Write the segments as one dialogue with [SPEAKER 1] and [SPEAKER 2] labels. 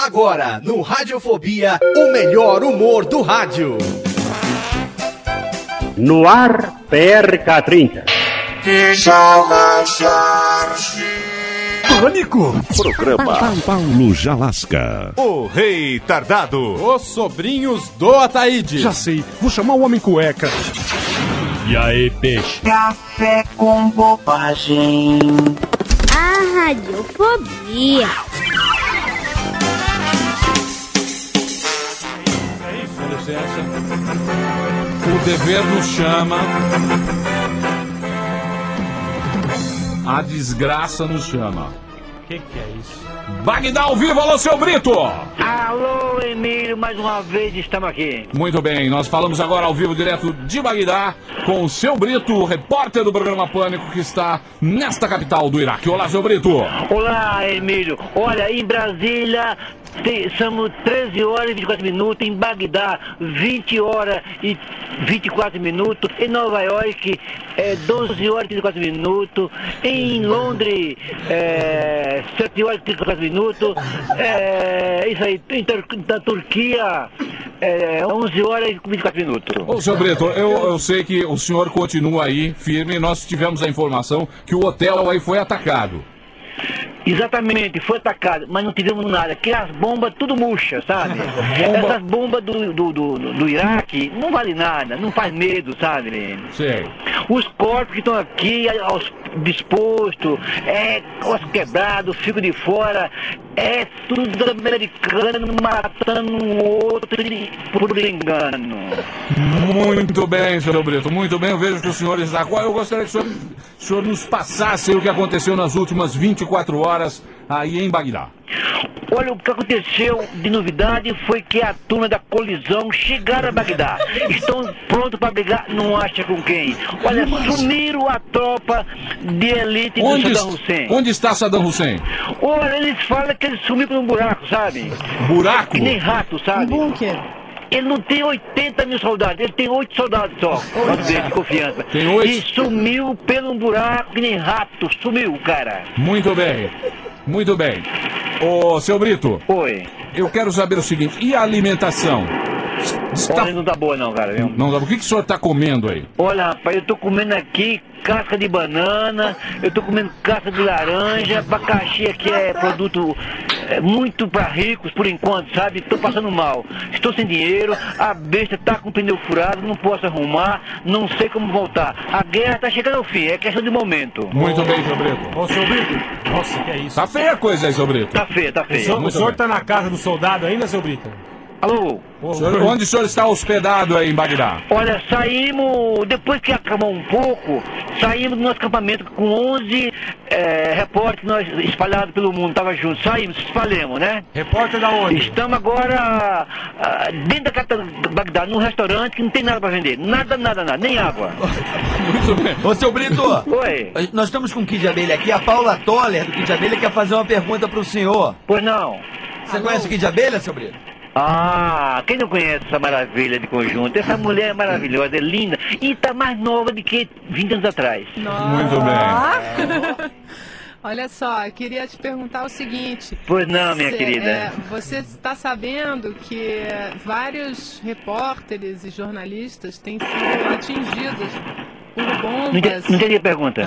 [SPEAKER 1] Agora, no Radiofobia, o melhor humor do rádio.
[SPEAKER 2] No ar, PRK30.
[SPEAKER 3] Pânico!
[SPEAKER 4] Programa Paulo Jalasca.
[SPEAKER 1] O Rei Tardado.
[SPEAKER 3] Os sobrinhos do Ataíde.
[SPEAKER 5] Já sei, vou chamar o Homem Cueca.
[SPEAKER 2] E aí, peixe?
[SPEAKER 6] Café com bobagem.
[SPEAKER 7] A radiofobia.
[SPEAKER 3] O dever nos chama. A desgraça nos chama.
[SPEAKER 8] que, que é isso?
[SPEAKER 3] Bagdá ao vivo, alô, seu Brito!
[SPEAKER 6] Alô, Emílio, mais uma vez estamos aqui.
[SPEAKER 3] Muito bem, nós falamos agora ao vivo, direto de Bagdá, com o seu Brito, o repórter do programa Pânico, que está nesta capital do Iraque. Olá, seu Brito!
[SPEAKER 6] Olá, Emílio. Olha, em Brasília te, são 13 horas e 24 minutos, em Bagdá 20 horas e 24 minutos, em Nova York é 12 horas e 34 minutos, em Londres é 7 horas e 34 minutos, é, isso aí, em Tur- na Turquia é 11 horas e 24 minutos.
[SPEAKER 3] Ô, seu Brito, eu, eu sei que o senhor continua aí firme. Nós tivemos a informação que o hotel aí foi atacado.
[SPEAKER 6] Exatamente, foi atacado, mas não tivemos nada. Que as bombas tudo murcha, sabe? Essas bombas do, do, do, do Iraque não vale nada, não faz medo, sabe?
[SPEAKER 3] Sei.
[SPEAKER 6] Os corpos que estão aqui aos, dispostos, é os quebrados, fico de fora, é tudo americano matando um outro de- por engano.
[SPEAKER 3] Muito bem, senhor Brito, muito bem. Eu vejo que o senhor está. Qual- Eu gostaria que o senhor, o senhor nos passasse o que aconteceu nas últimas 24 horas aí em Bagdá.
[SPEAKER 6] Olha, o que aconteceu de novidade foi que a turma da colisão chegaram a Bagdá. Estão prontos para brigar, não acha com quem. Olha, sumiram a tropa de elite do
[SPEAKER 3] Onde,
[SPEAKER 6] Saddam
[SPEAKER 3] est-
[SPEAKER 6] Hussein.
[SPEAKER 3] onde está Saddam Hussein?
[SPEAKER 6] Olha, eles falam que eles sumiram por um buraco, sabe?
[SPEAKER 3] Buraco?
[SPEAKER 6] Que nem rato, sabe?
[SPEAKER 9] Bunker.
[SPEAKER 6] Ele não tem 80 mil soldados, ele tem 8 soldados só. Olha bem, de confiança.
[SPEAKER 3] Tem oito?
[SPEAKER 6] E sumiu pelo um buraco que nem rato, sumiu, cara.
[SPEAKER 3] Muito bem, muito bem. Ô, seu Brito,
[SPEAKER 6] Oi.
[SPEAKER 3] eu quero saber o seguinte: e a alimentação? Está-
[SPEAKER 6] Olha, não tá boa não, cara, viu?
[SPEAKER 3] Não, o que, que o senhor está comendo aí?
[SPEAKER 6] Olha, rapaz, eu tô comendo aqui casca de banana, eu tô comendo casca de laranja, abacaxi aqui é produto é, muito pra ricos por enquanto, sabe? Tô passando mal, estou sem dinheiro, a besta tá com o pneu furado, não posso arrumar, não sei como voltar. A guerra tá chegando ao fim, é questão de momento.
[SPEAKER 3] Muito bem, seu Brito.
[SPEAKER 8] Ô, seu Brito. Nossa, que é isso?
[SPEAKER 3] Tá feia a coisa aí, seu Brito.
[SPEAKER 6] Tá feia, tá
[SPEAKER 8] O senhor,
[SPEAKER 6] feia.
[SPEAKER 8] o
[SPEAKER 3] muito
[SPEAKER 8] senhor
[SPEAKER 3] bem.
[SPEAKER 8] tá na casa do soldado ainda, seu Brito?
[SPEAKER 6] Alô?
[SPEAKER 8] Pô,
[SPEAKER 3] O senhor- onde o senhor está hospedado aí em Bagdá?
[SPEAKER 6] Olha, saímos, depois que acabou um pouco, saímos do nosso acampamento com 11 eh, repórteres nós, espalhados pelo mundo, tava junto, saímos, espalhamos, né?
[SPEAKER 8] Repórter da onde?
[SPEAKER 6] Estamos agora ah, dentro da capital de Bagdá, num restaurante que não tem nada pra vender. Nada, nada, nada, nem água.
[SPEAKER 3] Muito bem.
[SPEAKER 1] Ô, seu Brito,
[SPEAKER 6] Oi,
[SPEAKER 1] nós estamos com o Kid Abelha aqui. A Paula Toller, do Kid Abelha, quer fazer uma pergunta pro senhor.
[SPEAKER 6] pois não.
[SPEAKER 1] Você conhece o Kid Abelha, seu Brito?
[SPEAKER 6] Ah, quem não conhece essa maravilha de conjunto? Essa mulher é maravilhosa, é linda e tá mais nova do que 20 anos atrás.
[SPEAKER 3] Muito bem.
[SPEAKER 9] Olha só, eu queria te perguntar o seguinte.
[SPEAKER 6] Pois não, minha
[SPEAKER 9] Cê-
[SPEAKER 6] querida.
[SPEAKER 9] é, você está sabendo que vários repórteres e jornalistas têm sido atingidos por
[SPEAKER 6] Não entendi,
[SPEAKER 9] bombas.
[SPEAKER 6] não entendi a pergunta.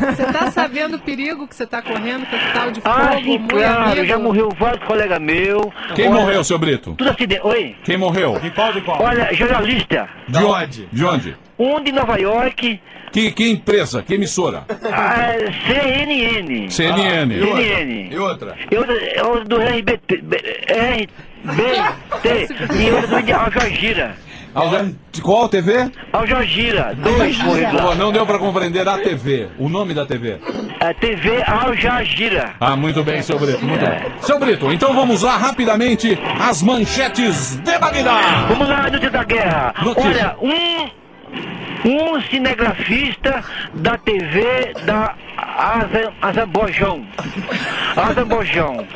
[SPEAKER 9] Você está sabendo o perigo que você está correndo com esse tal de fogo?
[SPEAKER 6] Ah, sim,
[SPEAKER 9] muito
[SPEAKER 6] claro,
[SPEAKER 9] amigo?
[SPEAKER 6] já morreu vários colegas meus.
[SPEAKER 3] Quem
[SPEAKER 6] Olha,
[SPEAKER 3] morreu, seu Brito?
[SPEAKER 6] Tudo acidente. Oi?
[SPEAKER 3] Quem morreu?
[SPEAKER 8] De qual, de qual?
[SPEAKER 6] Olha, jornalista.
[SPEAKER 3] De onde? De onde?
[SPEAKER 6] Um de Nova York, ah,
[SPEAKER 3] Que, que empresa? Que emissora?
[SPEAKER 6] a CNN.
[SPEAKER 3] CNN.
[SPEAKER 8] Ah,
[SPEAKER 6] CNN.
[SPEAKER 1] E outra?
[SPEAKER 6] E outra, é outra do RBT. B- RBT. E outra do Jornal Gira.
[SPEAKER 3] Al- de Qual TV?
[SPEAKER 6] Al Jazeera. Dois
[SPEAKER 3] Por
[SPEAKER 6] pontos
[SPEAKER 3] favor,
[SPEAKER 6] lá.
[SPEAKER 3] Não deu pra compreender a TV, o nome da TV.
[SPEAKER 6] A TV É, Al Jazeera.
[SPEAKER 3] Ah, muito bem, seu Brito, muito bem. Seu Brito, então vamos lá rapidamente as manchetes de Bagdá.
[SPEAKER 6] Vamos lá, notícia da guerra.
[SPEAKER 3] Notícia.
[SPEAKER 6] Olha, um. Um cinegrafista da TV da Aze- Azerbaijão. Azerbaijão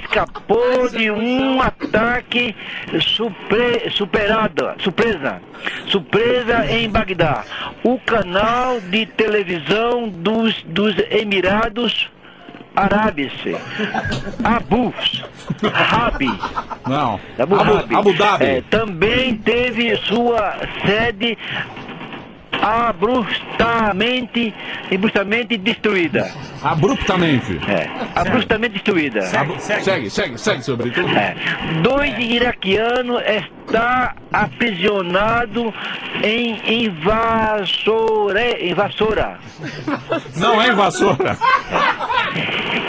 [SPEAKER 6] escapou de um ataque supre, superada, surpresa, surpresa em Bagdá. O canal de televisão dos, dos Emirados Árabes, Abu, Rabi,
[SPEAKER 3] Não,
[SPEAKER 6] Abu Dhabi.
[SPEAKER 3] Abu Dhabi.
[SPEAKER 6] É, também teve sua sede abruptamente, abruptamente destruída.
[SPEAKER 3] Abruptamente.
[SPEAKER 6] É, abruptamente destruída.
[SPEAKER 3] Abru- Segue, segue, segue, segue, seu Brito.
[SPEAKER 6] É, dois iraquianos está aprisionado em, em, Vassoure- em Vassoura.
[SPEAKER 3] Não é invasora.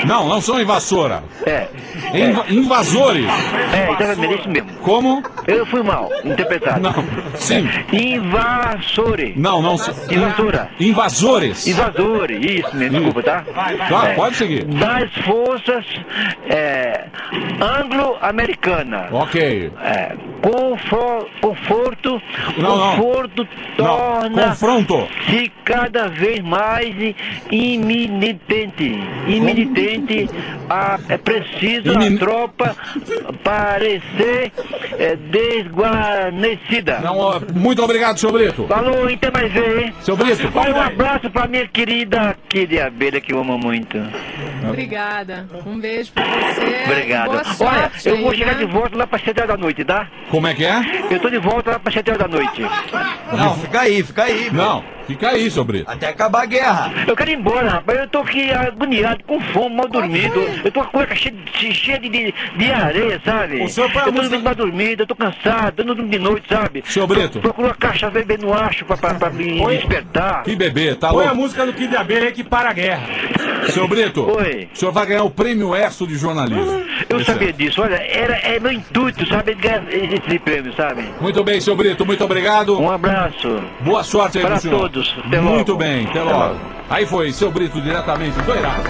[SPEAKER 3] Não, não são invasora.
[SPEAKER 6] É,
[SPEAKER 3] É inv- invasores.
[SPEAKER 6] é, então é isso mesmo.
[SPEAKER 3] Como?
[SPEAKER 6] Eu fui mal interpretado.
[SPEAKER 3] Não, sim.
[SPEAKER 6] Em Vassoure.
[SPEAKER 3] Não, não são.
[SPEAKER 6] Invasora.
[SPEAKER 3] Invasores.
[SPEAKER 6] Invasores, isso mesmo, desculpa, tá?
[SPEAKER 3] Tá, pode seguir.
[SPEAKER 6] Das forças é, anglo-americanas.
[SPEAKER 3] Ok.
[SPEAKER 6] É, confo- conforto,
[SPEAKER 3] Não, não.
[SPEAKER 6] conforto
[SPEAKER 3] Não,
[SPEAKER 6] torna-se
[SPEAKER 3] confronto.
[SPEAKER 6] cada vez mais iminente. Iminente, a, é preciso
[SPEAKER 3] Imin-
[SPEAKER 6] a tropa parecer é, desguarnecida.
[SPEAKER 3] Não, Então, ó, muito obrigado, seu Brito.
[SPEAKER 6] Falou, até mais ver, hein?
[SPEAKER 3] Seu Brito,
[SPEAKER 6] Olha, um abraço pra minha querida querida abelha que eu amo muito.
[SPEAKER 9] Obrigada. Um beijo pra você.
[SPEAKER 6] Obrigado.
[SPEAKER 9] Boa
[SPEAKER 6] Olha,
[SPEAKER 9] sorte
[SPEAKER 6] eu
[SPEAKER 9] aí,
[SPEAKER 6] vou chegar
[SPEAKER 9] né?
[SPEAKER 6] de volta lá pra 7 horas da noite, tá?
[SPEAKER 3] como é que é?
[SPEAKER 6] Eu tô de volta lá pra 7 horas da noite.
[SPEAKER 1] Não, fica aí, fica aí. meu.
[SPEAKER 3] Não, fica aí, seu Brito.
[SPEAKER 1] Até acabar a guerra.
[SPEAKER 6] Eu quero ir embora, rapaz. Eu tô aqui agoniado, com fome, mal dormido. Eu tô com a cueca cheia de, cheia de, de, de areia, sabe?
[SPEAKER 3] O senhor põe a
[SPEAKER 6] eu tô
[SPEAKER 3] música-
[SPEAKER 6] dormindo mal dormido, eu tô cansado, eu não durmo de noite, sabe?
[SPEAKER 3] Seu Brito.
[SPEAKER 6] Procuro uma caixa bebê, não acho pra, pra, pra me despertar.
[SPEAKER 3] Que bebê, tá
[SPEAKER 8] Põe a
[SPEAKER 3] louco?
[SPEAKER 8] música do Kid Abelha aí que para a guerra.
[SPEAKER 3] Seu Brito,
[SPEAKER 6] Oi.
[SPEAKER 3] o senhor vai ganhar o prêmio ESSO de jornalismo. é.
[SPEAKER 6] Eu
[SPEAKER 3] Esse-
[SPEAKER 6] sabia disso, olha, era, é meu intuito, sabe? Ganhar esse prêmio, sabe?
[SPEAKER 3] Muito bem, seu Brito, muito obrigado.
[SPEAKER 6] Um abraço.
[SPEAKER 3] Boa sorte aí
[SPEAKER 6] Para
[SPEAKER 3] pro senhor.
[SPEAKER 6] todos. Até logo.
[SPEAKER 3] Muito bem, até
[SPEAKER 6] Até
[SPEAKER 3] logo.
[SPEAKER 6] logo.
[SPEAKER 3] Aí foi, seu Brito, diretamente do Iraque.